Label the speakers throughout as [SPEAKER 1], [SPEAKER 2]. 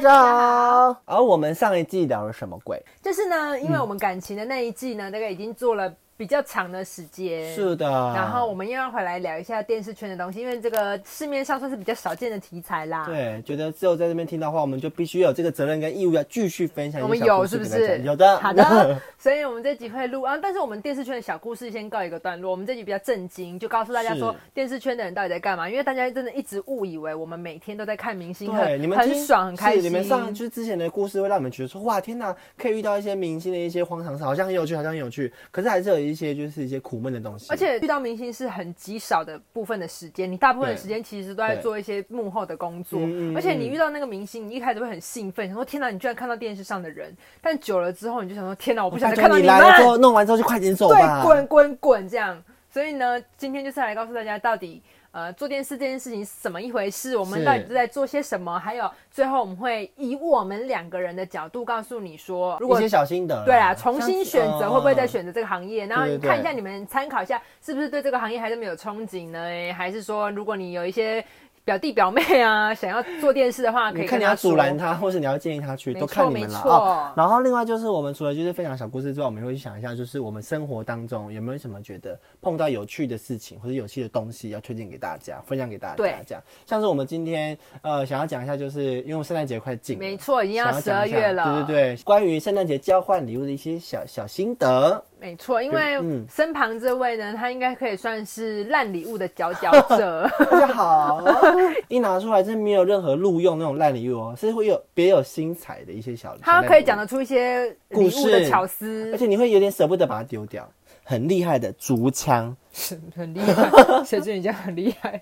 [SPEAKER 1] 家
[SPEAKER 2] 好
[SPEAKER 1] 好。而我们上一季聊了什么鬼？
[SPEAKER 2] 就是呢，
[SPEAKER 1] 嗯
[SPEAKER 2] 因为我们感情的那一季呢，大概已经做了比较长的时间，
[SPEAKER 1] 是啊的，
[SPEAKER 2] 然后我们又要回来聊一下电视圈的东西，因为这个市面上算是比较少见的题材啦。，
[SPEAKER 1] 对，觉得只有在这边听到的话，我们就必须有这个责任跟义务要继续分享一些
[SPEAKER 2] 我们
[SPEAKER 1] 小故
[SPEAKER 2] 有
[SPEAKER 1] 事
[SPEAKER 2] 是不
[SPEAKER 1] 给大家
[SPEAKER 2] 是？
[SPEAKER 1] 有的，
[SPEAKER 2] 好 的。。所以我们这集会录啊，但是我们电视圈的小故事先告一个段落。我们这集比较震惊，就告诉大家说
[SPEAKER 1] 是
[SPEAKER 2] 电视圈的人到底在干嘛，因为大家真的一直误以为我们每天都在看明星，
[SPEAKER 1] 对，你
[SPEAKER 2] 很
[SPEAKER 1] 们
[SPEAKER 2] 很
[SPEAKER 1] 听
[SPEAKER 2] 爽很开
[SPEAKER 1] 是
[SPEAKER 2] 心。
[SPEAKER 1] 你们上就是之前的故事，会让你们觉得说，哇，天哪，可以遇到一些明星的一些荒唐事，好像很有趣，好像很有趣。可是还是有一些就是一些苦闷的东西。
[SPEAKER 2] 而且遇到明星是很极少的部分的时间，你大部分的时间其实都在
[SPEAKER 1] 对
[SPEAKER 2] 做一些幕后的工作
[SPEAKER 1] 嗯嗯嗯。
[SPEAKER 2] 而且你遇到那个明星，你一开始会很兴奋，想说天哪，你居然看到电视上的人。但久了之后，你就想说天哪，我不想再看到
[SPEAKER 1] 你
[SPEAKER 2] 们
[SPEAKER 1] 来，了之后，弄完之后就快点走吧。
[SPEAKER 2] 对，滚滚滚这样。所以呢，今天就是来告诉大家到底。呃，做电视这件事情是怎么一回事？我们
[SPEAKER 1] 是
[SPEAKER 2] 到底是在做些什么？还有最后我们会以我们两个人的角度告诉你说，如果
[SPEAKER 1] 一些小心得啦。嗯
[SPEAKER 2] 对啊，重新选择会不会再
[SPEAKER 1] 在？
[SPEAKER 2] 选择这个行业？然后
[SPEAKER 1] 哦对
[SPEAKER 2] 你
[SPEAKER 1] 对
[SPEAKER 2] 看一下，你们参考一下，是不是对这个行业还是没有憧憬呢？还是说，如果你有一些表弟表妹啊，想要做电视 的话，可以
[SPEAKER 1] 你
[SPEAKER 2] 跟
[SPEAKER 1] 看你
[SPEAKER 2] 他
[SPEAKER 1] 要
[SPEAKER 2] 说
[SPEAKER 1] 阻拦他，或是你要建议他去，
[SPEAKER 2] 没
[SPEAKER 1] 都
[SPEAKER 2] 错
[SPEAKER 1] 看你们了
[SPEAKER 2] 没错
[SPEAKER 1] 哦。然后另外就是我们除了就是分享小故事之外，我们也会去想一下，就是我们生活当中有没有什么觉得碰到有趣的事情或者有趣的东西要推荐给大家，分享给大家。
[SPEAKER 2] 对
[SPEAKER 1] 这样像是我们今天呃想要讲一下，就是因为我们圣诞节快近了，
[SPEAKER 2] 没错，已经
[SPEAKER 1] 想
[SPEAKER 2] 要
[SPEAKER 1] 要
[SPEAKER 2] 十
[SPEAKER 1] 讲
[SPEAKER 2] 二
[SPEAKER 1] 一下
[SPEAKER 2] 月了，
[SPEAKER 1] 对对对，关于圣诞节交换礼物的一些小小心得，
[SPEAKER 2] 没错。因为
[SPEAKER 1] 嗯
[SPEAKER 2] 身旁这位呢，他应该可以算是烂礼物的佼佼 者。
[SPEAKER 1] 大家好，一拿出来真没有任何录用那种烂礼物哦，是会有别有心裁的一些小，
[SPEAKER 2] 他
[SPEAKER 1] 小烂
[SPEAKER 2] 可以
[SPEAKER 1] 礼物
[SPEAKER 2] 讲得出一些
[SPEAKER 1] 故
[SPEAKER 2] 礼物的
[SPEAKER 1] 事
[SPEAKER 2] 巧思
[SPEAKER 1] 而，且你会有点舍不得把它丢掉。很厉害的竹枪，
[SPEAKER 2] 很厉害。 谁觉得你这样很厉害？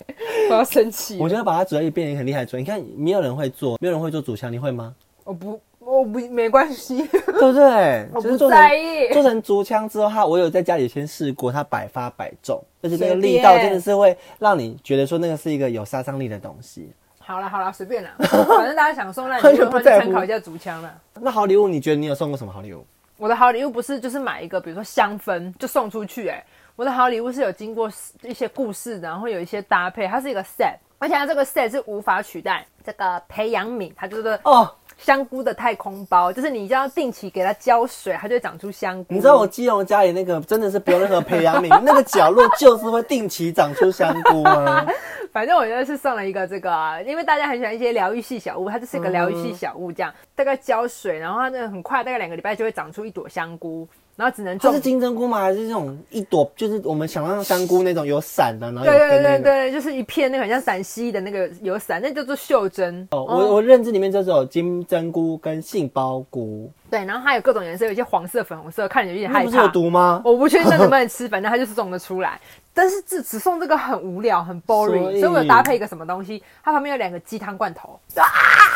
[SPEAKER 2] 我要生气
[SPEAKER 1] 我觉得把它主要也变成一个很厉害的竹枪。你看，没有人会做，没有人会做竹枪，你会 吗？
[SPEAKER 2] 我不，我不没关系，
[SPEAKER 1] 对不对？
[SPEAKER 2] 我
[SPEAKER 1] 就是
[SPEAKER 2] 不
[SPEAKER 1] 做
[SPEAKER 2] 在
[SPEAKER 1] 成
[SPEAKER 2] 意。
[SPEAKER 1] 做成竹枪之后，它我有在家里先试过，它百发百中，而且那个
[SPEAKER 2] 随
[SPEAKER 1] 力
[SPEAKER 2] 便
[SPEAKER 1] 道真的是会让你觉得说那个是一个有杀伤力的东西。
[SPEAKER 2] 好了好了，随便啦，反正大家想送烂礼物的
[SPEAKER 1] 完全
[SPEAKER 2] 话，
[SPEAKER 1] 不
[SPEAKER 2] 就
[SPEAKER 1] 在乎
[SPEAKER 2] 参考一下竹枪啦。
[SPEAKER 1] 那好礼物，你觉得你有送过什么好礼物？
[SPEAKER 2] 我的好礼物不是就是买一个，比如说香氛就送出去、欸，我的好礼物是有经过一些故事，然后有一些搭配，它是一个 set，而且它这个 set 是无法取代这个培养皿，它就是个
[SPEAKER 1] 哦，
[SPEAKER 2] 香菇的太空包，就是你一定要定期给它浇水，它就会长出香菇。
[SPEAKER 1] 你知道我基隆家里那个真的是不用任何培养 皿，那个角落就是会定期长出香菇吗？
[SPEAKER 2] 反正我觉得是送了一个这个啊、因为大家很喜欢一些疗愈系小物，它就是一个疗愈系小物，这样、大概浇水，然后它那个很快，大概两个礼拜就会长出一朵香菇，然后只能
[SPEAKER 1] 它
[SPEAKER 2] 种
[SPEAKER 1] 是金针菇吗？还是这种一朵，就是我们想象香菇那种有伞啊的，然后有
[SPEAKER 2] 对对
[SPEAKER 1] 根
[SPEAKER 2] 对
[SPEAKER 1] 那
[SPEAKER 2] 对
[SPEAKER 1] 种。
[SPEAKER 2] 对，就是一片那个很像陕西的那个有伞，那叫做袖珍。
[SPEAKER 1] 哦，我我认知里面就只有金针菇跟杏鲍菇，
[SPEAKER 2] 对，然后它有各种颜色，有一些黄色、粉红色，看着有点
[SPEAKER 1] 那
[SPEAKER 2] 害
[SPEAKER 1] 不是有
[SPEAKER 2] 怕。
[SPEAKER 1] 毒吗？
[SPEAKER 2] 我不确定它能不能吃，反正它就是种得出来。但是只只送这个很无聊，很 boring，
[SPEAKER 1] 所
[SPEAKER 2] 所
[SPEAKER 1] 以
[SPEAKER 2] 以我有搭配一个什么东西，它旁边有两个鸡汤罐头。啊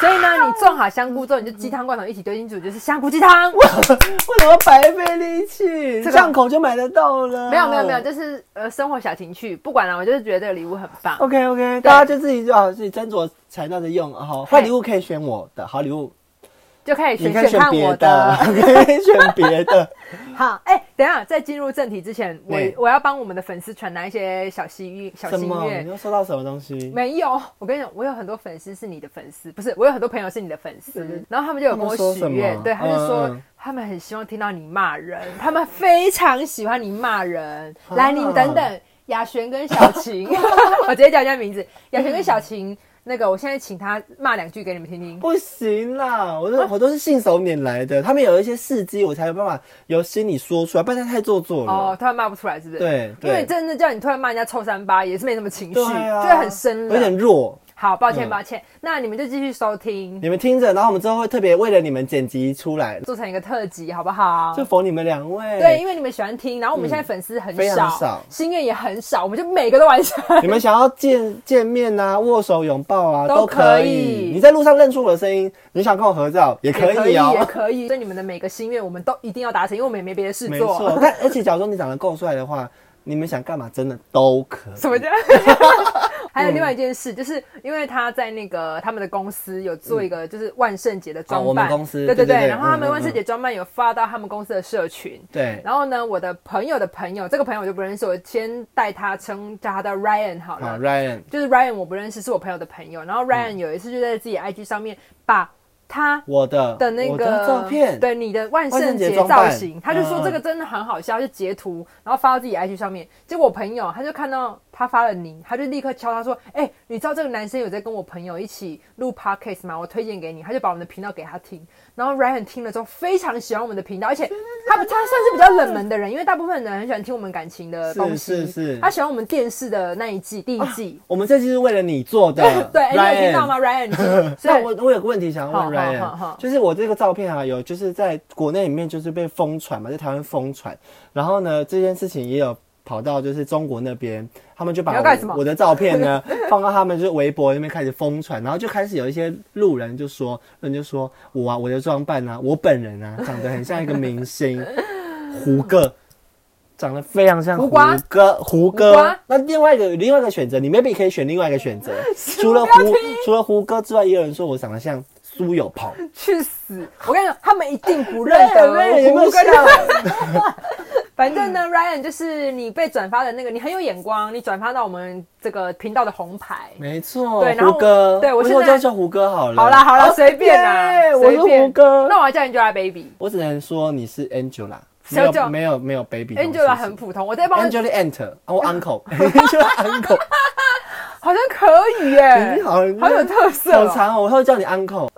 [SPEAKER 2] 所以呢，你种好香菇之后，你就鸡汤罐头一起丢进去，就是香菇鸡汤。
[SPEAKER 1] 为什么白费力气？
[SPEAKER 2] 这个
[SPEAKER 1] 巷口就买得到了。
[SPEAKER 2] 没有没有没有，就是呃生活小情趣，不管了，我就是觉得这个礼物很棒。
[SPEAKER 1] OK OK，大家就自己就啊好，自己斟酌材料的用哈。坏礼物可以选我的，好礼物
[SPEAKER 2] 就可以
[SPEAKER 1] 你
[SPEAKER 2] 选
[SPEAKER 1] 可以
[SPEAKER 2] 选看
[SPEAKER 1] 别的，
[SPEAKER 2] 我 的。
[SPEAKER 1] 可以选别的。
[SPEAKER 2] 好，哎、等一下，在进入正题之前，我
[SPEAKER 1] 对
[SPEAKER 2] 我要帮我们的粉丝传达一些小心意、 小
[SPEAKER 1] 什
[SPEAKER 2] 心
[SPEAKER 1] 么？你
[SPEAKER 2] 愿。
[SPEAKER 1] 又收到什么东西？
[SPEAKER 2] 没有，我跟你讲，我有很多粉丝是你的粉丝，不是，我有很多朋友是你的粉丝，然后他们就有跟我许
[SPEAKER 1] 嗯他们说什
[SPEAKER 2] 愿
[SPEAKER 1] 么，
[SPEAKER 2] 对，他就说、
[SPEAKER 1] 嗯嗯
[SPEAKER 2] 他们很希望听到你骂人，他们非常喜欢你骂人。
[SPEAKER 1] 啊
[SPEAKER 2] 来，你们等等，雅璇跟小 晴，我直接叫人家名字，雅璇跟小晴，那个我现在请他骂两句给你们听听。
[SPEAKER 1] 不行啦，我都我都是信手拈来的，他们有一些事机，我才有办法由心里说出来，不然太做作了。
[SPEAKER 2] 哦，突然骂不出来是不是？
[SPEAKER 1] 对对
[SPEAKER 2] 因为真的叫你突然骂人家臭三八，也是没什么情绪，
[SPEAKER 1] 对啊，
[SPEAKER 2] 就会很生
[SPEAKER 1] 有点
[SPEAKER 2] 冷。
[SPEAKER 1] 弱。
[SPEAKER 2] 好，抱歉
[SPEAKER 1] 嗯
[SPEAKER 2] 抱歉，那你们就继续收听，
[SPEAKER 1] 你们听着，然后我们之后会特别为了你们剪辑出来，
[SPEAKER 2] 做成一个特辑，好不好
[SPEAKER 1] 就？否你们两位。
[SPEAKER 2] 哦对，，因为你们喜欢听，然后我们现在粉丝很
[SPEAKER 1] 非
[SPEAKER 2] 少
[SPEAKER 1] 常，少
[SPEAKER 2] 心愿也很少，我们就每个都完成。
[SPEAKER 1] 你们想要见见面啊，握手、拥抱啊，
[SPEAKER 2] 都
[SPEAKER 1] 都可
[SPEAKER 2] 可
[SPEAKER 1] 以
[SPEAKER 2] 以。
[SPEAKER 1] 你在路上认出我的声音，你想跟我合照也可以
[SPEAKER 2] 也
[SPEAKER 1] 哦。
[SPEAKER 2] 可以，所以你们的每个心愿我们都一定要达成，因为我们也没别的事
[SPEAKER 1] 没错
[SPEAKER 2] 做。，
[SPEAKER 1] 但而且假如说你长得够帅的话，你们想干嘛真的都可以。
[SPEAKER 2] 什么叫？还有另外一件事，就是因为他在那个他们的公司有做一个就是万圣节的装
[SPEAKER 1] 嗯哦
[SPEAKER 2] 扮，
[SPEAKER 1] 我们公司
[SPEAKER 2] 对
[SPEAKER 1] 对对对
[SPEAKER 2] 对。然后他
[SPEAKER 1] 嗯
[SPEAKER 2] 们
[SPEAKER 1] 嗯
[SPEAKER 2] 万圣节装扮有发到他们公司的社群。
[SPEAKER 1] 对，
[SPEAKER 2] 然后呢，我的朋友的朋友，这个朋友我就不认识，我先带他称叫他的 Ryan 好了。
[SPEAKER 1] 好，Ryan，嗯
[SPEAKER 2] 就是 Ryan 我不认识，是我朋友的朋友。然后 Ryan 有一次就在自己 IG 上面把。他
[SPEAKER 1] 我的
[SPEAKER 2] 的那
[SPEAKER 1] 我
[SPEAKER 2] 个
[SPEAKER 1] 的照片，
[SPEAKER 2] 对你的万圣节
[SPEAKER 1] 装
[SPEAKER 2] 造
[SPEAKER 1] 扮
[SPEAKER 2] 型，他就说
[SPEAKER 1] 嗯
[SPEAKER 2] 这个真的很好笑，就截图然后发到自己 IG 上面。结果我朋友他就看到他发了你，他就立刻敲他说：“哎、你知道这个男生有在跟我朋友一起录 podcast 吗？我推荐给你。”他就把我们的频道给他听，然后 Ryan 听了之后非常喜欢我们的频道，而且他不他算是比较冷门的人，因为大部分人很喜欢听我们感情的
[SPEAKER 1] 是
[SPEAKER 2] 东西，
[SPEAKER 1] 是是
[SPEAKER 2] 他喜欢我们电视的那一季第一季。，
[SPEAKER 1] 我们这期是为了你做的
[SPEAKER 2] 对，你有听
[SPEAKER 1] Ryan
[SPEAKER 2] 到吗？Ryan，你 是
[SPEAKER 1] 那我我有个问题想要问
[SPEAKER 2] 好好好好
[SPEAKER 1] Ryan，就是我这个照片啊，有就是在国内里面就是被疯传嘛，在台湾疯传，然后呢这件事情也有跑到就是中国那边，他们就
[SPEAKER 2] 你
[SPEAKER 1] 把
[SPEAKER 2] 要干什么
[SPEAKER 1] 我我的照片 呢放到他们就是微博那边开始疯传，然后就开始有一些路人就说，人就说我啊我的装扮啊，我本人啊长得很像一个明 星，胡歌。长得非常像
[SPEAKER 2] 胡
[SPEAKER 1] 胡
[SPEAKER 2] 瓜
[SPEAKER 1] 歌，胡
[SPEAKER 2] 胡
[SPEAKER 1] 歌
[SPEAKER 2] 瓜。
[SPEAKER 1] 那另外一个另外一个选择，你 maybe 可以选另外一个选 择， 除了胡除了胡歌之外，也有人说我长得像苏有朋，
[SPEAKER 2] 去死！我跟你讲，他们一定 不认得
[SPEAKER 1] Ryan，有没
[SPEAKER 2] 胡
[SPEAKER 1] 有
[SPEAKER 2] 歌
[SPEAKER 1] 像
[SPEAKER 2] 的。反正呢，Ryan 就是你被转发的那个，你很有眼光，你转发到我们这个频道的红牌。
[SPEAKER 1] 没错，
[SPEAKER 2] 对然后
[SPEAKER 1] 胡歌，
[SPEAKER 2] 对我
[SPEAKER 1] 以
[SPEAKER 2] 现
[SPEAKER 1] 后
[SPEAKER 2] 在
[SPEAKER 1] 叫叫胡歌好了。
[SPEAKER 2] 好啦好啦，
[SPEAKER 1] 哦
[SPEAKER 2] 随便啦，
[SPEAKER 1] 耶我
[SPEAKER 2] 随
[SPEAKER 1] 是
[SPEAKER 2] 便
[SPEAKER 1] 胡歌。
[SPEAKER 2] 那我要叫 Angelababy。
[SPEAKER 1] 我只能说你是 Angela，
[SPEAKER 2] 谁
[SPEAKER 1] 没
[SPEAKER 2] 要
[SPEAKER 1] 有
[SPEAKER 2] 叫
[SPEAKER 1] 没有没有 baby 这种事情。
[SPEAKER 2] Angela 很普通，我在帮你，
[SPEAKER 1] Angela Aunt，啊我 uncle，Angela uncle，
[SPEAKER 2] 好像可以耶
[SPEAKER 1] 你，好，
[SPEAKER 2] 好有特色
[SPEAKER 1] 好
[SPEAKER 2] 哦。
[SPEAKER 1] 长哦，我以后叫你 uncle。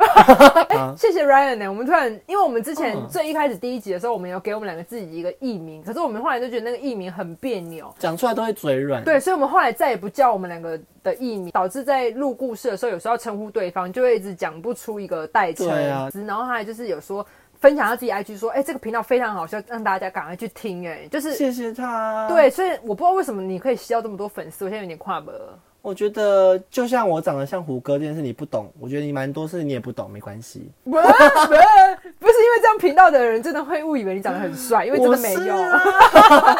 [SPEAKER 2] 谢谢 Ryan 呢，我们突然，因为我们之前
[SPEAKER 1] 嗯
[SPEAKER 2] 最一开始第一集的时候，我们有给我们两个自己一个艺名，可是我们后来就觉得那个艺名很别扭，
[SPEAKER 1] 讲出来都会嘴软。
[SPEAKER 2] 对，所以我们后来再也不叫我们两个的艺名，导致在录故事的时候，有时候要称呼对方，就会一直讲不出一个代称。
[SPEAKER 1] 对啊
[SPEAKER 2] 然后后来就是有说分享到自己 IG 说，哎、这个频道非常好笑，让大家赶快去听、哎，就是。
[SPEAKER 1] 谢谢他。
[SPEAKER 2] 对，，所以我不知道为什么你可以吸到这么多粉丝，我现在有点 跨博。
[SPEAKER 1] 我觉得就像我长得像胡歌这件事，你不懂，我觉得你蛮多事你也不懂，没关系。
[SPEAKER 2] 不不不是因为这样频道的人真的会误以为你长得很帅，因为真的没有。
[SPEAKER 1] 我是啊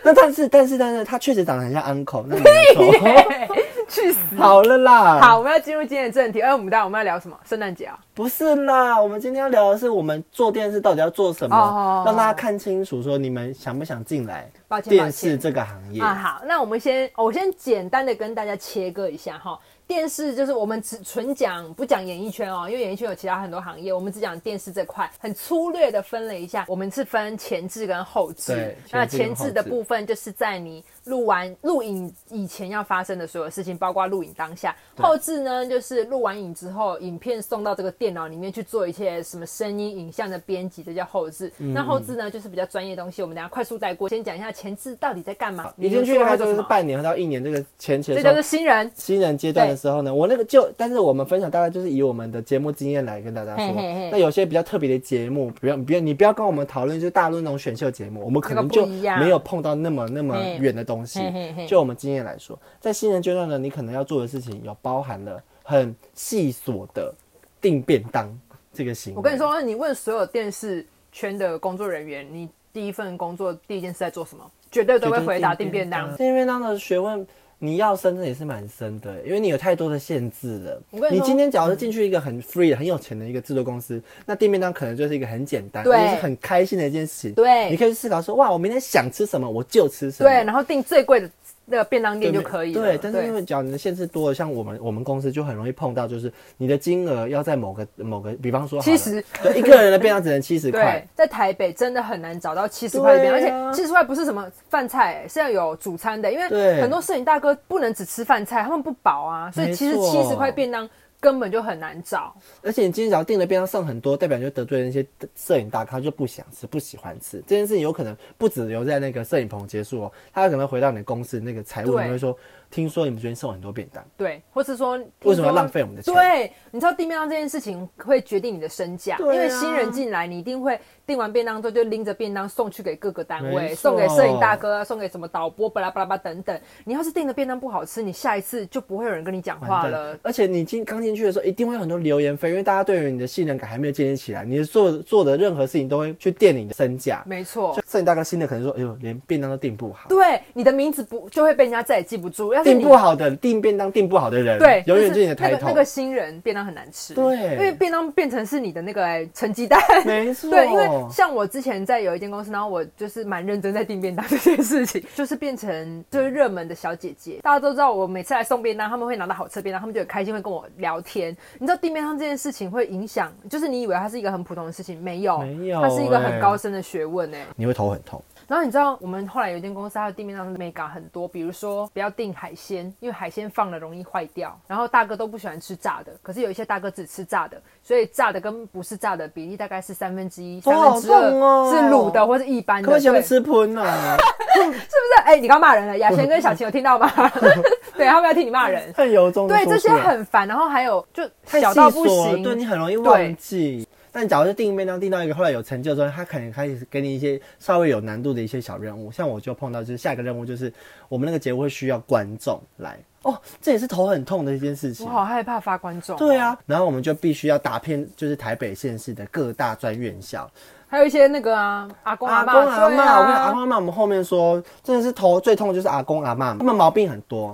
[SPEAKER 1] 那但是但是但是，他确实长得很像 uncle，那没有错。
[SPEAKER 2] 去 死！
[SPEAKER 1] 好了啦，
[SPEAKER 2] 好，，我们要进入今天的正题。哎、我们待会我们要聊什么？圣诞节啊？
[SPEAKER 1] 不是啦，我们今天要聊的是我们做电视到底要做什么，
[SPEAKER 2] 哦
[SPEAKER 1] 让大家看清楚，说你们想不想进来
[SPEAKER 2] 抱歉，抱
[SPEAKER 1] 电
[SPEAKER 2] 歉
[SPEAKER 1] 视。这个行业？
[SPEAKER 2] 啊，好，那我们先，哦我先简单的跟大家切割一下哈。电视就是我们只纯讲不讲演艺圈哦，因为演艺圈有其他很多行业，我们只讲电视这块，很粗略的分了一下。我们是分前置跟后置
[SPEAKER 1] 对，
[SPEAKER 2] 那前
[SPEAKER 1] 前置跟
[SPEAKER 2] 置的
[SPEAKER 1] 后置
[SPEAKER 2] 部分就是在你录完录影以前要发生的所有事情，包括录影当下。
[SPEAKER 1] 对
[SPEAKER 2] 后置呢，就是录完影之后，影片送到这个电脑里面去做一些什么声音、影像的编辑，这叫后置。
[SPEAKER 1] 嗯
[SPEAKER 2] 那后置呢，就是比较专业的东西，我们等一下快速带过，先讲一下前置到底在干嘛。
[SPEAKER 1] 你进去大概
[SPEAKER 2] 做
[SPEAKER 1] 就是
[SPEAKER 2] 什么
[SPEAKER 1] 半年到一年这个前期的
[SPEAKER 2] 这
[SPEAKER 1] 时
[SPEAKER 2] 叫
[SPEAKER 1] 候
[SPEAKER 2] 做，新人。
[SPEAKER 1] 新人阶段的时候呢，我那个就，但是我们分享大概就是以我们的节目经验来跟大家说。
[SPEAKER 2] 嘿嘿嘿
[SPEAKER 1] 那有些比较特别的节目，不要不要，你不要跟我们讨论就是大陆那种选秀节目，我们可能
[SPEAKER 2] 那个
[SPEAKER 1] 就
[SPEAKER 2] 不一样
[SPEAKER 1] 没有碰到那么那么远的东西
[SPEAKER 2] 嘿嘿嘿。
[SPEAKER 1] 就我们经验来说，在新人阶段呢，你可能要做的事情有包含了很细琐的订便当这个行为。
[SPEAKER 2] 我跟你，说，你问所有电视圈的工作人员，你第一份工作第一件事在做什么，绝对都会回答订便当。
[SPEAKER 1] 订便当的学问。你要深，这也是蛮深的，因为你有太多的限制了。
[SPEAKER 2] 我跟你
[SPEAKER 1] 你
[SPEAKER 2] 说
[SPEAKER 1] 今天假如是进去一个很 free 的、很有钱的一个制作公司，那店面当可能就是一个很简单，
[SPEAKER 2] 对
[SPEAKER 1] 也是很开心的一件事情。
[SPEAKER 2] 对
[SPEAKER 1] 你可以思考说，哇，我明天想吃什么我就吃什么。
[SPEAKER 2] 对，然后订最贵的那个便当店就可以了。
[SPEAKER 1] 对，但是因为只要你的限制多了，像我们我们公司就很容易碰到，就是你的金额要在某个某个，比方说好了
[SPEAKER 2] 70
[SPEAKER 1] 对，一个人的便当只能七 十块
[SPEAKER 2] 对。，在台北真的很难找到七十块的便当，
[SPEAKER 1] 对
[SPEAKER 2] 而
[SPEAKER 1] 啊
[SPEAKER 2] 且七十块不是什么饭菜、是要有主餐的，因为
[SPEAKER 1] 对
[SPEAKER 2] 很多摄影大哥不能只吃饭菜，他们不饱啊，所以
[SPEAKER 1] 没
[SPEAKER 2] 其实
[SPEAKER 1] 错
[SPEAKER 2] 七十块便当根本就很难找。
[SPEAKER 1] 而且你今天只要订的便当剩很多，代表你就得罪了那些摄影大咖，就不想吃、不喜欢吃。这件事情有可能不止留在那个摄影棚结束哦，他有可能回到你的公司那个财务，
[SPEAKER 2] 对
[SPEAKER 1] 你会说，听说你们昨天送很多便当。
[SPEAKER 2] 对，或是说
[SPEAKER 1] 为什么要
[SPEAKER 2] 听说
[SPEAKER 1] 浪费我们的钱
[SPEAKER 2] 对，你知道订便当这件事情会决定你的身价，
[SPEAKER 1] 对啊
[SPEAKER 2] 因为新人进来，你一定会订完便当之后就拎着便当送去给各个单位，
[SPEAKER 1] 没
[SPEAKER 2] 送
[SPEAKER 1] 错
[SPEAKER 2] 给摄影大哥啊，送给什么导播，巴拉巴拉巴拉等等。你要是订的便当不好吃，你下一次就不会有人跟你讲话
[SPEAKER 1] 完蛋
[SPEAKER 2] 了。
[SPEAKER 1] 而且你进刚进去的时候，一定会有很多流言蜚语，因为大家对于你的信任感还没有建立起来，你做做的任何事情都会去垫你的身价。
[SPEAKER 2] 没错
[SPEAKER 1] 就，摄影大哥心里可能说，哎呦，连便当都订不好。
[SPEAKER 2] 对，你的名字不就会被人家再也记不住。要是
[SPEAKER 1] 订
[SPEAKER 2] 你
[SPEAKER 1] 不好的订便当订不好的人，
[SPEAKER 2] 对，
[SPEAKER 1] 永远
[SPEAKER 2] 就是
[SPEAKER 1] 你的
[SPEAKER 2] 那
[SPEAKER 1] 抬
[SPEAKER 2] 个
[SPEAKER 1] 头。
[SPEAKER 2] 那个新人便当很难吃，
[SPEAKER 1] 对
[SPEAKER 2] 因为便当变成是你的那个哎成绩单。
[SPEAKER 1] 没错，
[SPEAKER 2] 对，因为像我之前在有一间公司，然后我就是蛮认真在订便当这件事情， 就是变成就是热门的小姐姐。大家都知道，我每次来送便当，他们会拿到好吃的便当，他们就很开心，会跟我聊天。你知道订便当这件事情会影响，就是你以为它是一个很普通的事情，没有，
[SPEAKER 1] 没有
[SPEAKER 2] 它是一个
[SPEAKER 1] 哎
[SPEAKER 2] 很高深的学问哎、
[SPEAKER 1] 你会头很痛。
[SPEAKER 2] 然后你知道，我们后来有一间公司，它的订面上是 mega 很多，比如说不要订海鲜，因为海鲜放了容易坏掉。然后大哥都不喜欢吃炸的，可是有一些大哥只吃炸的，所以炸的跟不是炸的比例大概是三分之一、三
[SPEAKER 1] 哇
[SPEAKER 2] 分之二
[SPEAKER 1] 好痛哦
[SPEAKER 2] 是卤的或者一般的。
[SPEAKER 1] 可我喜
[SPEAKER 2] 对
[SPEAKER 1] 欢吃喷啊，
[SPEAKER 2] 是不是？哎、你刚骂人了，雅璇跟小晴有听到吗？ 对，他们要听你 骂人。
[SPEAKER 1] 很由衷地
[SPEAKER 2] 对，
[SPEAKER 1] 说
[SPEAKER 2] 这
[SPEAKER 1] 出
[SPEAKER 2] 些
[SPEAKER 1] 来。
[SPEAKER 2] 很烦，然后还有就
[SPEAKER 1] 太
[SPEAKER 2] 小到
[SPEAKER 1] 细
[SPEAKER 2] 不
[SPEAKER 1] 琐了
[SPEAKER 2] 行，
[SPEAKER 1] 对你很容易忘记。但假如是订便当订到一个后来有成就之后，他可能开始给你一些稍微有难度的一些小任务。像我就碰到就是下一个任务就是我们那个节目会需要观众来哦，这也是头很痛的一件事情
[SPEAKER 2] 我。好害怕发观众。
[SPEAKER 1] 对，啊，然后我们就必须要打遍就是台北县市的各大专院校，
[SPEAKER 2] 还有一些那个啊，阿公
[SPEAKER 1] 阿
[SPEAKER 2] 嬷
[SPEAKER 1] 公阿
[SPEAKER 2] 对
[SPEAKER 1] 妈，
[SPEAKER 2] 啊
[SPEAKER 1] 我跟阿公阿妈，我们后面说真的是头最痛的就是阿公阿妈，他们毛病很 多，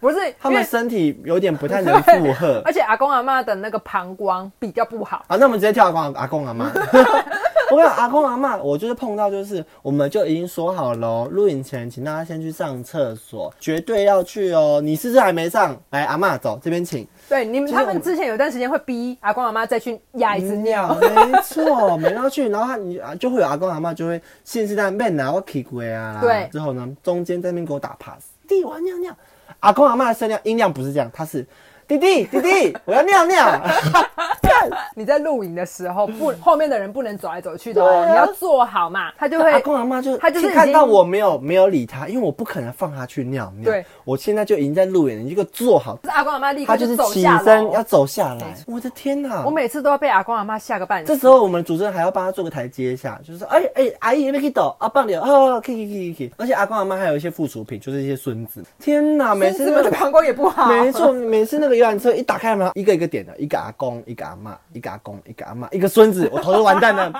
[SPEAKER 2] 不是
[SPEAKER 1] 他
[SPEAKER 2] 因为
[SPEAKER 1] 们身体有点不太能负荷。
[SPEAKER 2] 而且阿公阿妈的那个膀胱比较不好，
[SPEAKER 1] 好，啊那我们直接跳阿公阿公阿 妈。我跟你讲阿公阿妈，我就是碰到，就是我们就已经说好了哦、录影前请大家先去上厕所，绝对要去哦。你是不是还没上？来，阿妈走这边请。
[SPEAKER 2] 对你们
[SPEAKER 1] 其实我
[SPEAKER 2] 他
[SPEAKER 1] 们
[SPEAKER 2] 们之前有一段时间会逼阿公阿妈再去压一次
[SPEAKER 1] 嗯
[SPEAKER 2] 尿，
[SPEAKER 1] 没错，没要去，然后他你啊就会有阿公阿妈就会信誓旦旦拿我屁股啊。
[SPEAKER 2] 对
[SPEAKER 1] 之后呢，中间在那边给我打 pass，弟我要尿尿。阿公阿妈的声量音量不是这样，他是弟弟弟弟我要尿尿。
[SPEAKER 2] 你在录影的时候不后面的人不能走来走去的
[SPEAKER 1] 嗯对
[SPEAKER 2] 哦，
[SPEAKER 1] 啊
[SPEAKER 2] 你要坐好嘛，他就
[SPEAKER 1] 阿
[SPEAKER 2] 会
[SPEAKER 1] 公阿妈就
[SPEAKER 2] 他就是已经
[SPEAKER 1] 看到我没有没有理他，因为我不可能放他去尿尿。
[SPEAKER 2] 对，
[SPEAKER 1] 我现在就已经在路演，你就给我坐好。
[SPEAKER 2] 阿公阿妈立
[SPEAKER 1] 他
[SPEAKER 2] 刻
[SPEAKER 1] 就是
[SPEAKER 2] 走
[SPEAKER 1] 起
[SPEAKER 2] 下
[SPEAKER 1] 身
[SPEAKER 2] 楼
[SPEAKER 1] 要。走下来，我的天哪！
[SPEAKER 2] 我每次都要被阿公阿妈吓个半
[SPEAKER 1] 这
[SPEAKER 2] 死。
[SPEAKER 1] 时候我们主持人还要帮他做个台阶下，就是说哎哎，阿姨可以抖啊，棒流哦，可以可以可以。而且阿公阿妈还有一些附属品，就是一些孙子。天哪，每次
[SPEAKER 2] 你
[SPEAKER 1] 那
[SPEAKER 2] 们的
[SPEAKER 1] 个
[SPEAKER 2] 膀胱也不好，
[SPEAKER 1] 没错，每次那个游览车一打开门，一个一个点的，一个阿公，一个阿妈，一个阿公，一个阿妈，一个孙子，我头都完蛋 了，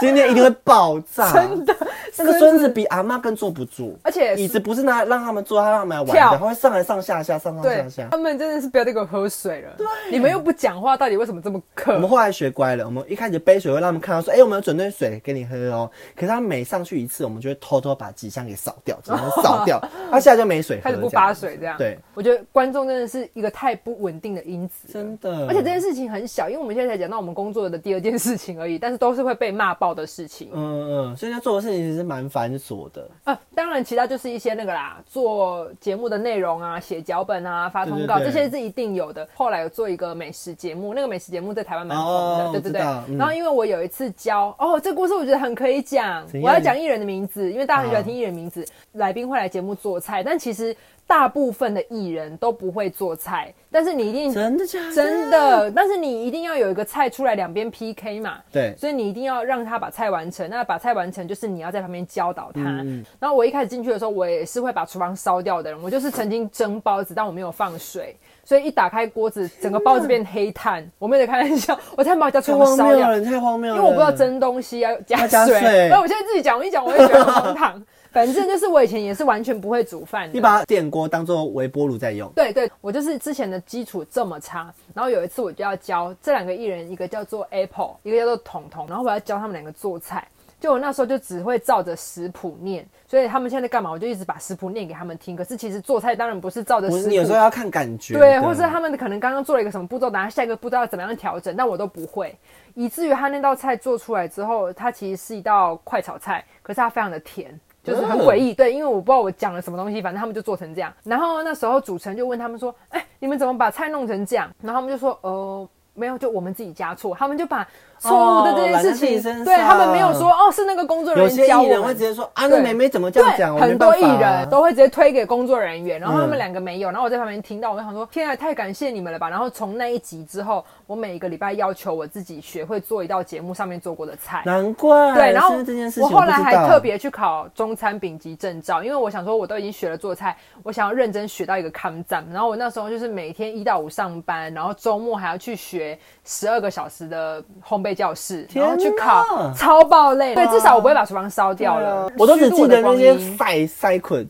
[SPEAKER 1] 今天一定会爆炸。真的，那个孙子比阿妈更坐不住，
[SPEAKER 2] 而且
[SPEAKER 1] 椅子不是拿来让他们坐，他让他们来玩的，
[SPEAKER 2] 跳
[SPEAKER 1] 他会上来上下下，上
[SPEAKER 2] 对
[SPEAKER 1] 上下下
[SPEAKER 2] 他。们真的是不要再给我喝水了。你们又不讲话，到底为什么这么
[SPEAKER 1] 我们
[SPEAKER 2] 渴？
[SPEAKER 1] 后来学乖了，我们一开始杯水会让他们看到说，哎、我们有准备水给你喝哦。可是他每上去一次，我们就会偷偷把几箱给扫掉，只能扫 掉，他现在就没水喝，
[SPEAKER 2] 开始不
[SPEAKER 1] 这样
[SPEAKER 2] 发水这样。
[SPEAKER 1] 对，
[SPEAKER 2] 我觉得观众真的是一个太不稳定的因 子。
[SPEAKER 1] 真的，
[SPEAKER 2] 而且这件事情很小，因为我们现在才讲到我们工作的第二件事情而已，但是都是会被骂爆的事情。
[SPEAKER 1] 嗯嗯，所以他做的事情其实蛮繁琐的。
[SPEAKER 2] 呃，当然其他就是一些那个啦，做节目的内容啊、写脚本啊、发通告
[SPEAKER 1] 对对对
[SPEAKER 2] 这些是一定有的。后来有做一个美食节目，那个美食节目在台湾蛮红的，
[SPEAKER 1] 哦
[SPEAKER 2] 对对对
[SPEAKER 1] 我知道。嗯
[SPEAKER 2] 然后因为我有一次教，哦，这故事我觉得很可以讲
[SPEAKER 1] 怎，样
[SPEAKER 2] 我要讲艺人的名字，因为大家很喜欢
[SPEAKER 1] 好
[SPEAKER 2] 听艺人名字。来宾会来节目做菜，但其实大部分的艺人都不会做菜，但是你一定
[SPEAKER 1] 真的假的？
[SPEAKER 2] 哦啊真的，但是你一定要有一个菜出来，两边 PK 嘛。
[SPEAKER 1] 对
[SPEAKER 2] 所以你一定要让他把菜完成。那把菜完成，就是你要在旁边教导他。
[SPEAKER 1] 嗯嗯
[SPEAKER 2] 然后我一开始进去的时候，我也是会把厨房烧掉的人。我就是曾经蒸包子，但我没有放水，所以一打开锅子，整个包子变黑炭。我没有在开玩笑，我才把家
[SPEAKER 1] 太
[SPEAKER 2] 厨
[SPEAKER 1] 荒
[SPEAKER 2] 房烧
[SPEAKER 1] 谬
[SPEAKER 2] 掉，
[SPEAKER 1] 了，你太荒谬
[SPEAKER 2] 因
[SPEAKER 1] 了。
[SPEAKER 2] 为我不知道蒸东西要加
[SPEAKER 1] 要加
[SPEAKER 2] 水。
[SPEAKER 1] 水
[SPEAKER 2] 那我现在自己讲一讲，我也觉得很荒唐。反正就是我以前也是完全不会煮饭的
[SPEAKER 1] 你。把电锅当做微波炉在用，
[SPEAKER 2] 对对，我就是之前的基础这么差，然后有一次我就要教这两个艺人，一个叫做 Apple，一个叫做彤彤，然后我要教他们两个做菜。就我那时候就只会照着食谱念，所以他们现在在干嘛，我就一直把食谱念给他们听。可是其实做菜当然不是照着
[SPEAKER 1] 不
[SPEAKER 2] 食
[SPEAKER 1] 是你有时候
[SPEAKER 2] 谱，
[SPEAKER 1] 要看感觉的，
[SPEAKER 2] 对，或是他们可能刚刚做了一个什么步骤，等下下一个步骤要怎么样调整，但我都不会，以至于他那道菜做出来之后，它其实是一道快炒菜，可是它非常的甜。就是很
[SPEAKER 1] 哦
[SPEAKER 2] 诡异，对，因为我不知道我讲了什么东西，反正他们就做成这样。然后那时候主持人就问他们说：“哎、你们怎么把菜弄成这样？”然后他们就说：“呃，没有，就我们自己加错。”他们就把错误的这件事
[SPEAKER 1] 哦揽在自己
[SPEAKER 2] 情，
[SPEAKER 1] 身上
[SPEAKER 2] 对他们没有说哦，是那个工作
[SPEAKER 1] 有
[SPEAKER 2] 人
[SPEAKER 1] 些
[SPEAKER 2] 员教
[SPEAKER 1] 艺
[SPEAKER 2] 我
[SPEAKER 1] 人会
[SPEAKER 2] 们
[SPEAKER 1] 直。接说啊，那妹妹怎么这样讲？我没
[SPEAKER 2] 很多
[SPEAKER 1] 办
[SPEAKER 2] 艺
[SPEAKER 1] 法啊
[SPEAKER 2] 人都会直接推给工作人员，然后他
[SPEAKER 1] 嗯
[SPEAKER 2] 们两个没有，然后我在旁边听到，我就想说，天啊，太感谢你们了吧！然后从那一集之后，我每一个礼拜要求我自己学会做一道节目上面做过的菜。
[SPEAKER 1] 难怪
[SPEAKER 2] 对，然后
[SPEAKER 1] 是不是这件事情
[SPEAKER 2] 我后
[SPEAKER 1] 不
[SPEAKER 2] 来
[SPEAKER 1] 知
[SPEAKER 2] 还
[SPEAKER 1] 道啊
[SPEAKER 2] 特别去考中餐丙级证照，因为我想说我都已经学了做菜，我想要认真学到一个抗战。然后我那时候就是每天一到五上班，然后周末还要去学十二个小时的烘焙教室，然后去
[SPEAKER 1] 天哪
[SPEAKER 2] 考，超爆累。对，至少我不会把厨房烧掉
[SPEAKER 1] 对
[SPEAKER 2] 了
[SPEAKER 1] 啊。我都只
[SPEAKER 2] 虚度
[SPEAKER 1] 记
[SPEAKER 2] 的
[SPEAKER 1] 得那
[SPEAKER 2] 光
[SPEAKER 1] 些
[SPEAKER 2] 阴
[SPEAKER 1] 塞塞捆，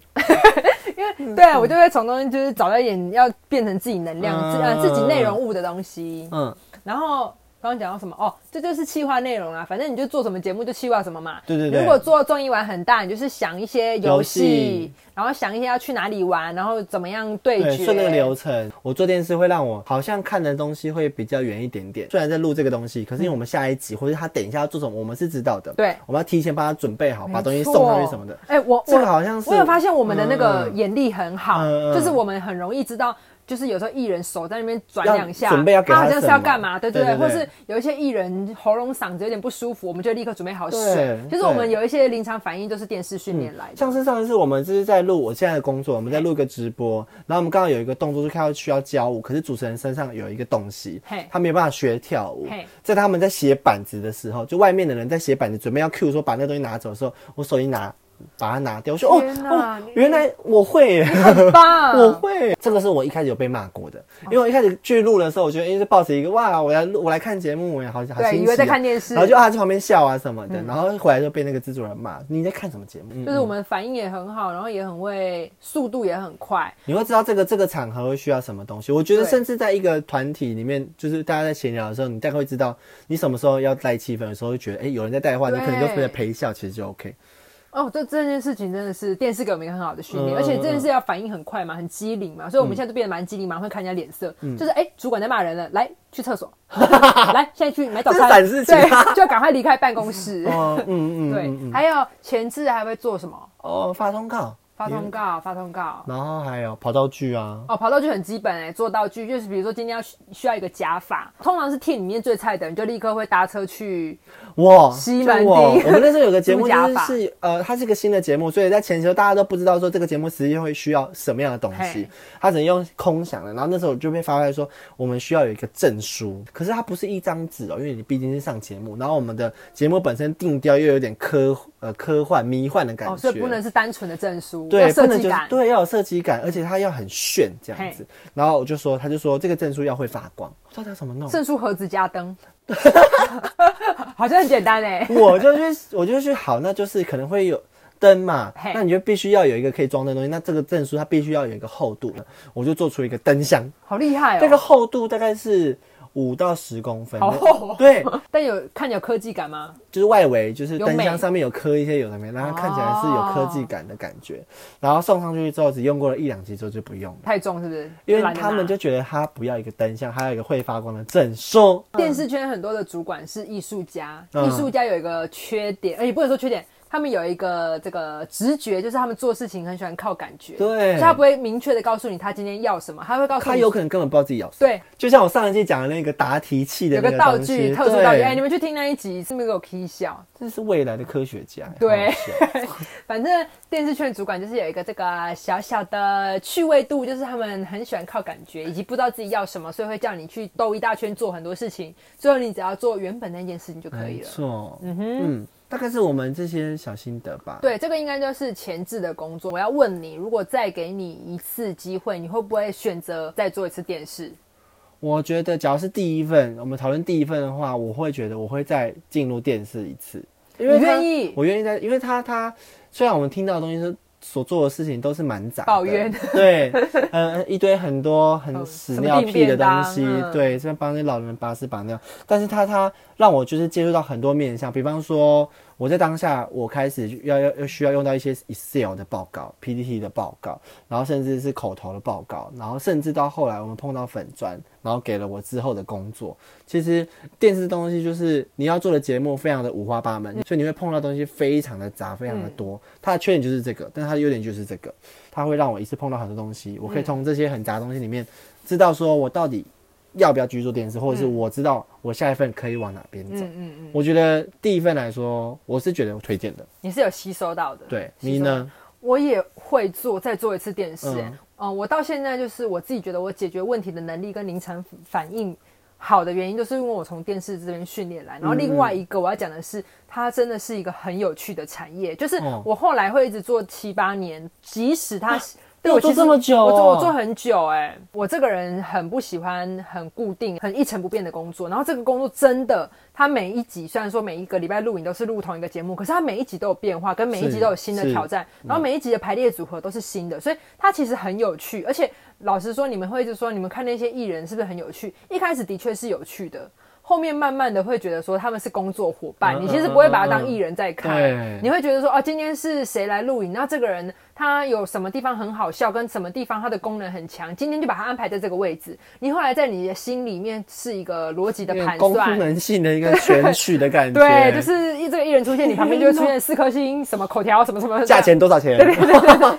[SPEAKER 2] 因因为对我就会从中间就是找到一点要变成自己能量、自呃
[SPEAKER 1] 嗯
[SPEAKER 2] 自己内容物的东西。
[SPEAKER 1] 嗯，
[SPEAKER 2] 然后刚刚讲到什么？哦，这就是企划内容啦，反正你就做什么节目就企划什么嘛。
[SPEAKER 1] 对对
[SPEAKER 2] 你
[SPEAKER 1] 对
[SPEAKER 2] 如果做综艺玩很大，你就是想一些游
[SPEAKER 1] 游
[SPEAKER 2] 戏
[SPEAKER 1] 戏，
[SPEAKER 2] 然后想一些要去哪里玩，然后怎么样对
[SPEAKER 1] 对，
[SPEAKER 2] 决。
[SPEAKER 1] 顺那个流程。我做电视会让我好像看的东西会比较远一点点。虽然在录这个东西，可是因为我们下一集或者他等一下要做什么，我们是知道的。
[SPEAKER 2] 对
[SPEAKER 1] 我们要提前帮他准备好，把东西
[SPEAKER 2] 没错
[SPEAKER 1] 送上去什么的。
[SPEAKER 2] 哎、我
[SPEAKER 1] 这
[SPEAKER 2] 我
[SPEAKER 1] 个好像是
[SPEAKER 2] 我有发现我们的那个
[SPEAKER 1] 嗯嗯
[SPEAKER 2] 眼力很好，
[SPEAKER 1] 嗯嗯
[SPEAKER 2] 就是我们很容易知道，就是有时候艺人手在那边转
[SPEAKER 1] 要
[SPEAKER 2] 两下，
[SPEAKER 1] 准备要给
[SPEAKER 2] 他
[SPEAKER 1] 他
[SPEAKER 2] 好像是
[SPEAKER 1] 什
[SPEAKER 2] 要
[SPEAKER 1] 么
[SPEAKER 2] 干嘛，对对对，
[SPEAKER 1] 对对
[SPEAKER 2] 或
[SPEAKER 1] 对
[SPEAKER 2] 是有一些艺人喉咙嗓子有点不舒服，我们就立刻准备好水
[SPEAKER 1] 对，嗯
[SPEAKER 2] 就是我们
[SPEAKER 1] 对
[SPEAKER 2] 有一些临场反应都是电视训练来的。
[SPEAKER 1] 像是上一次我们就是在录我现在的工作，我们在录一个直播，然后我们刚好有一个动作就看到需要教舞，可是主持人身上有一个东西
[SPEAKER 2] 嘿，
[SPEAKER 1] 他没有办法学跳舞
[SPEAKER 2] 嘿。
[SPEAKER 1] 在他们在写板子的时候，就外面的人在写板子，准备要 Q 说把那个东西拿走的时候，我手一拿，把它拿掉，我说哦
[SPEAKER 2] 天哪
[SPEAKER 1] 哦
[SPEAKER 2] 你，
[SPEAKER 1] 原来我会 耶。
[SPEAKER 2] 很棒，
[SPEAKER 1] 我会，这个是我一开始有被骂过的，因为我一开始去录的时候，我觉得因为是抱着一个哇，我来录我来看节目耶，哎，好好
[SPEAKER 2] 对
[SPEAKER 1] 新奇、
[SPEAKER 2] 以为在看电视嗯
[SPEAKER 1] 然后就啊在旁边笑啊什么的，然后回来就被那个制作人骂，你在看什么节目？嗯
[SPEAKER 2] 就是我们反应也很好，然后也很会，速度也很快。
[SPEAKER 1] 你会知道这个这个场合会需要什么东西。我觉得
[SPEAKER 2] 对
[SPEAKER 1] 甚至在一个团体里面，就是大家在闲聊的时候，你大概会知道你什么时候要带气氛，有时候会觉得哎、有人在带话，你可能就
[SPEAKER 2] 对
[SPEAKER 1] 负责陪笑，其实就 OK。
[SPEAKER 2] 哦，这这件事情真的是电视给我们一个很好的训练，
[SPEAKER 1] 嗯
[SPEAKER 2] 而且真的是要反应很快嘛，很机灵嘛，所以我们现在都变得蛮机灵，蛮会看人家脸色，
[SPEAKER 1] 嗯
[SPEAKER 2] 就是哎，主管在骂人了，来去 厕所，来现在去买早餐，
[SPEAKER 1] 这是散事情啊
[SPEAKER 2] 对，就赶快离开办公室。
[SPEAKER 1] 哦， 嗯嗯，
[SPEAKER 2] 对
[SPEAKER 1] 嗯，嗯
[SPEAKER 2] 还有前置还会做什么？
[SPEAKER 1] 哦，发通告，
[SPEAKER 2] 发通告，发通告。
[SPEAKER 1] 然后还有跑道具啊，
[SPEAKER 2] 哦，跑道具很基本哎、做道具就是比如说今天要需需要一个假发，通常是 team 里面最菜的人就立刻会搭车去
[SPEAKER 1] 哇，
[SPEAKER 2] 西
[SPEAKER 1] 就
[SPEAKER 2] 门町
[SPEAKER 1] 我我们那时候有个 节目就
[SPEAKER 2] 朱家
[SPEAKER 1] 是
[SPEAKER 2] 法
[SPEAKER 1] 是呃，它是个新的节目，所以在前期大家都不知道说这个节目实际会需要什么样的东
[SPEAKER 2] 嘿
[SPEAKER 1] 西，它只能用空想的。然后那时候我就被发出来说，我们需要有一个证书，可是它不是一张纸哦，因为你毕竟是上节目，然后我们的节目本身定调又有点科呃科幻迷幻的感觉，
[SPEAKER 2] 哦，所以不能是单纯的证书，要
[SPEAKER 1] 对，不
[SPEAKER 2] 设
[SPEAKER 1] 能
[SPEAKER 2] 计
[SPEAKER 1] 就是
[SPEAKER 2] 感。
[SPEAKER 1] 对要有设计感，而且它要很炫这样子。然后我就说，他就说这个证书要会发光，到底要怎么弄？
[SPEAKER 2] 证书盒子加灯， 好像很简单哎、
[SPEAKER 1] 我就去，我就去，好，那就是可能会有灯嘛
[SPEAKER 2] 嘿，
[SPEAKER 1] 那你就必须要有一个可以装灯的东西。那这个证书它必须要有一个厚度，我就做出一个灯箱，
[SPEAKER 2] 好厉害哦、
[SPEAKER 1] 这个厚度大概是五到十公分。
[SPEAKER 2] 好厚哦
[SPEAKER 1] 对，
[SPEAKER 2] 但有看有科技感吗？
[SPEAKER 1] 就是外围就是
[SPEAKER 2] 有
[SPEAKER 1] 灯
[SPEAKER 2] 美
[SPEAKER 1] 箱上面有刻一些有的没，让它看起来是有科技感的感觉。然后送上去之后，只用过了一两集之后就不用了，
[SPEAKER 2] 太重是不是？
[SPEAKER 1] 因
[SPEAKER 2] 懒
[SPEAKER 1] 为
[SPEAKER 2] 得
[SPEAKER 1] 他们
[SPEAKER 2] 拿
[SPEAKER 1] 就觉得他不要一个灯箱，还要一个会发光的证书。
[SPEAKER 2] 电视圈很多的主管是艺术家，
[SPEAKER 1] 嗯
[SPEAKER 2] 艺术家有一个缺点，哎而且不能说缺点，他们有一个这个直觉，就是他们做事情很喜欢靠感觉，
[SPEAKER 1] 对
[SPEAKER 2] 所以他不会明确的告诉你他今天要什么，他会告诉
[SPEAKER 1] 他
[SPEAKER 2] 你
[SPEAKER 1] 有可能根本不知道自己要什么。
[SPEAKER 2] 对。
[SPEAKER 1] 就像我上一期讲的那个答题器的
[SPEAKER 2] 有
[SPEAKER 1] 那
[SPEAKER 2] 个道
[SPEAKER 1] 东西
[SPEAKER 2] 具，特殊道具，
[SPEAKER 1] 对
[SPEAKER 2] 哎、你们去听那一集，是不是给我 k 笑？
[SPEAKER 1] 这是未来的科学家。
[SPEAKER 2] 对
[SPEAKER 1] 好 好笑
[SPEAKER 2] 反正电视圈主管就是有一个这个小小的趣味度，就是他们很喜欢靠感觉，以及不知道自己要什么，所以会叫你去兜一大圈做很多事情，最后你只要做原本那件事情就可以
[SPEAKER 1] 没
[SPEAKER 2] 了。
[SPEAKER 1] 错。嗯
[SPEAKER 2] 哼
[SPEAKER 1] 大概是我们这些小心得吧。，
[SPEAKER 2] 对，这个应该就是前置的工作。我要问你，如果再给你一次机会，你会不会选择再做一次电视？
[SPEAKER 1] 我觉得只要是第一份，我们讨论第一份的话，我会觉得我会再进入电视一次，因为
[SPEAKER 2] 你
[SPEAKER 1] 他
[SPEAKER 2] 愿意
[SPEAKER 1] 我愿意在，因为他他虽然我们听到的东西是。所做的事情都是蛮杂的，
[SPEAKER 2] 抱怨
[SPEAKER 1] 对，嗯，一堆很多很
[SPEAKER 2] 嗯
[SPEAKER 1] 屎
[SPEAKER 2] 什么
[SPEAKER 1] 尿
[SPEAKER 2] 订
[SPEAKER 1] 屁的
[SPEAKER 2] 便当
[SPEAKER 1] 东西，
[SPEAKER 2] 嗯
[SPEAKER 1] 对，这边帮那老人把屎把尿，但是他他让我就是接触到很多面向，比方说我在当下我开始要要要需要用到一些 Excel 的报告、PPT 的报告，然后甚至是口头的报告，然后甚至到后来我们碰到粉砖，然后给了我之后的工作。其实电视的东西就是你要做的节目非常的五花八
[SPEAKER 2] 嗯
[SPEAKER 1] 门，所以你会碰到东西非常的杂，非常的多。它的缺点就是这个，但它的优点就是这个，它会让我一次碰到很多东西，我可以
[SPEAKER 2] 嗯
[SPEAKER 1] 从这些很杂的东西里面知道说我到底要不要继续做电视，或者是我知道我下一份可以往哪边走。
[SPEAKER 2] 嗯嗯嗯，
[SPEAKER 1] 我觉得第一份来说，我是觉得我推荐的。
[SPEAKER 2] 你是有吸收到的。
[SPEAKER 1] 对
[SPEAKER 2] 吸收
[SPEAKER 1] 你呢？
[SPEAKER 2] 我也会做，再做一次电视、欸。嗯
[SPEAKER 1] 嗯、
[SPEAKER 2] 我到现在就是我自己觉得我解决问题的能力跟临场反应好的原因，就是因为我从电视这边训练
[SPEAKER 1] 嗯
[SPEAKER 2] 来。然后另外一个我要讲的是，它真的是一个很有趣的产业，就是
[SPEAKER 1] 哦啊
[SPEAKER 2] 我后来会一直做七八年，即使它对
[SPEAKER 1] 你有
[SPEAKER 2] 我
[SPEAKER 1] 做
[SPEAKER 2] 其实
[SPEAKER 1] 这么久哦
[SPEAKER 2] 我做我做很久哎、我这个人很不喜欢很固定、很一成不变的工作。然后这个工作真的，它每一集虽然说每一个礼拜录影都是录同一个节目，可是它每一集都有变化，跟每一集
[SPEAKER 1] 是
[SPEAKER 2] 都有新的
[SPEAKER 1] 是
[SPEAKER 2] 挑战，然后每一集的排列组合都是新的，所以它其实很有趣。而且老实说，你们会一直说你们看那些艺人是不是很有趣？一开始的确是有趣的。后面慢慢的会觉得说他们是工作伙伴，
[SPEAKER 1] 嗯
[SPEAKER 2] 你其实不会把他
[SPEAKER 1] 嗯嗯
[SPEAKER 2] 当
[SPEAKER 1] 嗯
[SPEAKER 2] 艺人在看
[SPEAKER 1] 对，
[SPEAKER 2] 你会觉得说哦，今天是谁来录影？那这个人他有什么地方很好笑，跟什么地方他的功能很强，今天就把他安排在这个位置。你后来在你的心里面是一个逻辑的
[SPEAKER 1] 有
[SPEAKER 2] 盘
[SPEAKER 1] 功
[SPEAKER 2] 算。
[SPEAKER 1] 能性的一个选取的感觉，
[SPEAKER 2] 对，就是一这个艺人出现，你旁边就会出现四颗星，什么口条，什么什 么，
[SPEAKER 1] 价钱多少钱？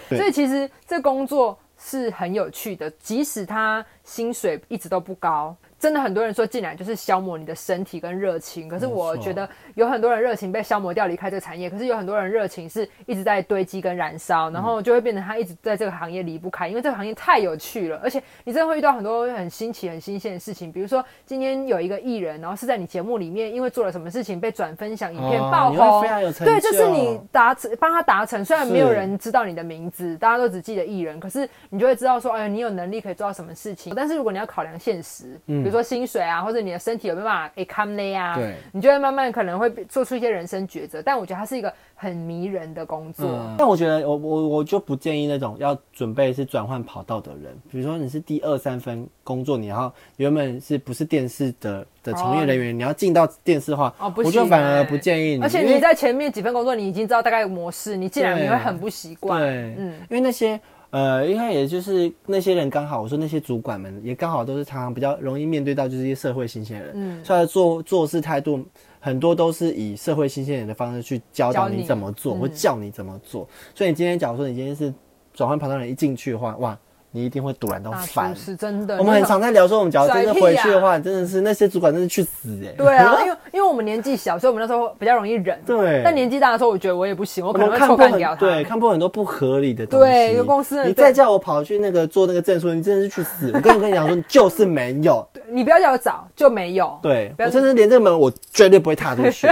[SPEAKER 1] 对
[SPEAKER 2] 所以其实这工作是很有趣的，即使他薪水一直都不高。真的很多人说进来就是消磨你的身体跟热情，可是我
[SPEAKER 1] 没错
[SPEAKER 2] 觉得有很多人热情被消磨掉，离开这个产业。可是有很多人热情是一直在堆积跟燃
[SPEAKER 1] 嗯
[SPEAKER 2] 烧，然后就会变成他一直在这个行业离不开，因为这个行业太有趣了，而且你真的会遇到很多很新奇、很新鲜的事情。比如说今天有一个艺人，然后是在你节目里面因为做了什么事情被转分享影片
[SPEAKER 1] 哦
[SPEAKER 2] 爆
[SPEAKER 1] 你会
[SPEAKER 2] 红，
[SPEAKER 1] 非常有成
[SPEAKER 2] 对，这是
[SPEAKER 1] 就
[SPEAKER 2] 你达成帮他达成，虽然没有
[SPEAKER 1] 是
[SPEAKER 2] 人知道你的名字，大家都只记得艺人，可是你就会知道说，哎呀，你有能力可以做到什么事情。但是如果你要考量现实，比如说薪水啊，或者你的身体有没有办法 a c o m 啊
[SPEAKER 1] 嗯对，
[SPEAKER 2] 你就会慢慢可能会做出一些人生抉择。但我觉得它是一个很迷人的工作，
[SPEAKER 1] 嗯但我觉得我我我就不建议那种要准备是转换跑道的人，比如说你是第二三分工作，你要原本是不是电视的的从业人员，你要进到电视化，
[SPEAKER 2] 嗯哦不
[SPEAKER 1] 我就
[SPEAKER 2] 行
[SPEAKER 1] 反而
[SPEAKER 2] 欸
[SPEAKER 1] 不建议你，
[SPEAKER 2] 而且
[SPEAKER 1] 因为
[SPEAKER 2] 你在前面几份工作，你已经知道大概有模式，你进来
[SPEAKER 1] 对
[SPEAKER 2] 你会很不习惯。
[SPEAKER 1] 对，
[SPEAKER 2] 嗯
[SPEAKER 1] 嗯，因为那些呃，因为也就是那些人刚好，我说那些主管们也刚好都是常常比较容易面对到就是一些社会新鲜人，
[SPEAKER 2] 嗯
[SPEAKER 1] 嗯，所以他的做做事态度很多都是以社会新鲜人的方式去教
[SPEAKER 2] 教
[SPEAKER 1] 导你
[SPEAKER 2] 你
[SPEAKER 1] 怎么做，或
[SPEAKER 2] 嗯
[SPEAKER 1] 教你怎么做。所以你今天假如说你今天是转换跑道人一进去的话，哇，你一定会堵然到
[SPEAKER 2] 大
[SPEAKER 1] 烦
[SPEAKER 2] 叔。啊是真的，
[SPEAKER 1] 我们很常在聊说，我们假如真的
[SPEAKER 2] 甩屁
[SPEAKER 1] 回去的
[SPEAKER 2] 呀
[SPEAKER 1] 话，真的是那些主管真是去死哎、欸。
[SPEAKER 2] 对啊，因为因为我们年纪小，所以我们那时候比较容易忍。
[SPEAKER 1] 对
[SPEAKER 2] 但年纪大的时候，我觉得我也不行，我
[SPEAKER 1] 我
[SPEAKER 2] 可能
[SPEAKER 1] 们
[SPEAKER 2] 会
[SPEAKER 1] 看
[SPEAKER 2] 臭
[SPEAKER 1] 破
[SPEAKER 2] 干掉
[SPEAKER 1] 很
[SPEAKER 2] 他。
[SPEAKER 1] 对，看破很多不合理的东西。
[SPEAKER 2] 对有公司的
[SPEAKER 1] 你再叫我跑去那个做那个证书，你真的是去死！我跟我跟你讲说，你就是没 有。
[SPEAKER 2] 你不要叫我早，就没有。
[SPEAKER 1] 对，
[SPEAKER 2] 不要
[SPEAKER 1] 我真的连这个门我绝对不会踏出去。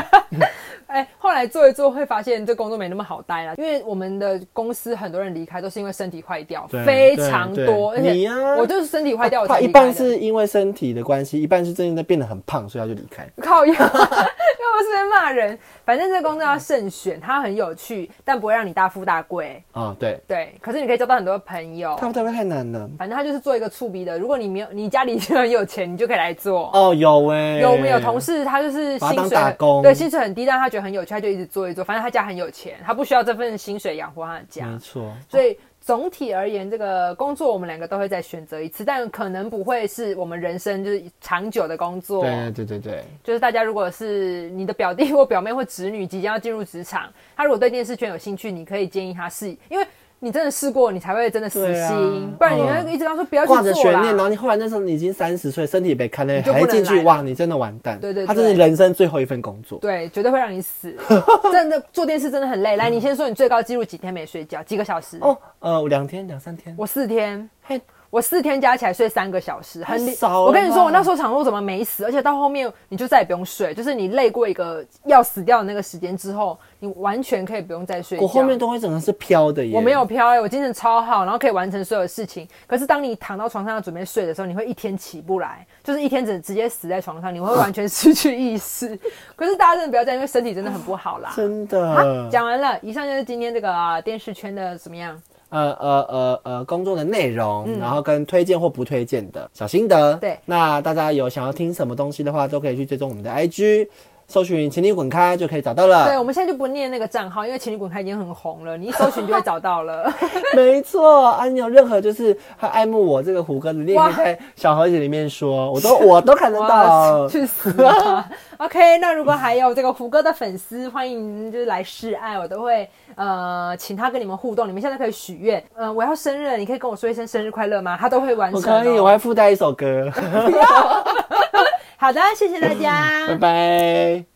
[SPEAKER 2] 哎、后来做一做会发现这工作没那么好待了，因为我们的公司很多人离开都是因为身体坏掉，
[SPEAKER 1] 对
[SPEAKER 2] 非常
[SPEAKER 1] 对
[SPEAKER 2] 多。而
[SPEAKER 1] 对你
[SPEAKER 2] 且
[SPEAKER 1] 呀
[SPEAKER 2] 我就是身体 坏掉，我才
[SPEAKER 1] 他一
[SPEAKER 2] 离开的
[SPEAKER 1] 半是因为身体的关系，一半是真的变得很胖，所以他就离开。
[SPEAKER 2] 靠腰，要 不是在骂人。反正这工作要慎选，它很有趣，但不会让你大富大贵。
[SPEAKER 1] 啊，对，
[SPEAKER 2] 对，可是你可以交到很多朋友。
[SPEAKER 1] 大不大会太难了。
[SPEAKER 2] 反正他就是做一个触鼻的，如果你没有，你家里就很有钱，你就可以来做。
[SPEAKER 1] 哦，有哎、
[SPEAKER 2] 有我们有同事，他就是
[SPEAKER 1] 把它
[SPEAKER 2] 薪
[SPEAKER 1] 当
[SPEAKER 2] 水
[SPEAKER 1] 打工
[SPEAKER 2] 对薪水很低，但他觉得很有趣，他就一直做一直做。反正他家很有钱，他不需要这份薪水养活他的家。
[SPEAKER 1] 没错，
[SPEAKER 2] 所以总体而言，这个工作我们两个都会再选择一次，但可能不会是我们人生就是长久的工作。
[SPEAKER 1] 对对对对
[SPEAKER 2] 就是大家如果是你的表弟或表妹或侄女即将要进入职场，他如果对电视圈有兴趣，你可以建议他试，因为你真的试过，你才会真的死
[SPEAKER 1] 对啊
[SPEAKER 2] 心，不然你
[SPEAKER 1] 嗯
[SPEAKER 2] 会一直跟他说不要
[SPEAKER 1] 对，
[SPEAKER 2] 去
[SPEAKER 1] 挂着
[SPEAKER 2] 做啦。
[SPEAKER 1] 悬念，然后你后来那时候你已经三十岁，身体也被看了，
[SPEAKER 2] 就
[SPEAKER 1] 还
[SPEAKER 2] 不能
[SPEAKER 1] 进
[SPEAKER 2] 来
[SPEAKER 1] 去，
[SPEAKER 2] 了
[SPEAKER 1] 哇，你真的完蛋。
[SPEAKER 2] 对对
[SPEAKER 1] 他这是
[SPEAKER 2] 对
[SPEAKER 1] 人生最后一份工作。
[SPEAKER 2] 对，绝对会让你死。真的做电视真的很累。来，你先说你最高纪录几天没睡觉，几个小时？
[SPEAKER 1] 哦，呃，两天两三天，
[SPEAKER 2] 我四天。
[SPEAKER 1] 嘿，
[SPEAKER 2] 我四天加起来睡三个小时，很
[SPEAKER 1] 太少了吧
[SPEAKER 2] 我跟你说，我那时候想说我怎么没死，而且到后面你就再也不用睡，就是你累过一个要死掉的那个时间之后，你完全可以不用再睡觉。
[SPEAKER 1] 我后面都会整个是飘的耶。
[SPEAKER 2] 我没有飘、欸，我精神超好，然后可以完成所有事情。可是当你躺到床上要准备睡的时候，你会一天起不来，就是一天只直接死在床上，你会完全失去意 识。可是大家真的不要这样，因为身体真的很不好啦。
[SPEAKER 1] 真
[SPEAKER 2] 好，
[SPEAKER 1] 的。
[SPEAKER 2] 啊讲完了，以上就是今天这个、啊电视圈的怎么样？
[SPEAKER 1] 呃呃呃呃，工作的内容，然后跟推荐或不推荐的小心得。
[SPEAKER 2] 嗯对
[SPEAKER 1] 那大家有想要听什么东西的话，都可以去追踪我们的 IG，搜寻“请你滚开”就可以找到
[SPEAKER 2] 对，
[SPEAKER 1] 了。
[SPEAKER 2] 我们现在就不念那个账号，因为情侣滚开已经很红了，你一搜寻就会找到 了。
[SPEAKER 1] 没错，啊，你有任何就是还爱慕我这个胡歌的，你也可
[SPEAKER 2] 哇
[SPEAKER 1] 以在小盒子里面说，我都我都看得到
[SPEAKER 2] 哇。去死 吧！OK，那如果还有这个胡歌的粉丝，欢迎就是来示爱，我都会呃请他跟你们互动。你们现在可以许愿，呃，我要生日了，你可以跟我说一声生日快乐吗？他都会完
[SPEAKER 1] 我
[SPEAKER 2] 成、
[SPEAKER 1] 可以，我
[SPEAKER 2] 哦。
[SPEAKER 1] 还 附带一首歌。
[SPEAKER 2] 好的，谢谢大家，
[SPEAKER 1] 拜拜。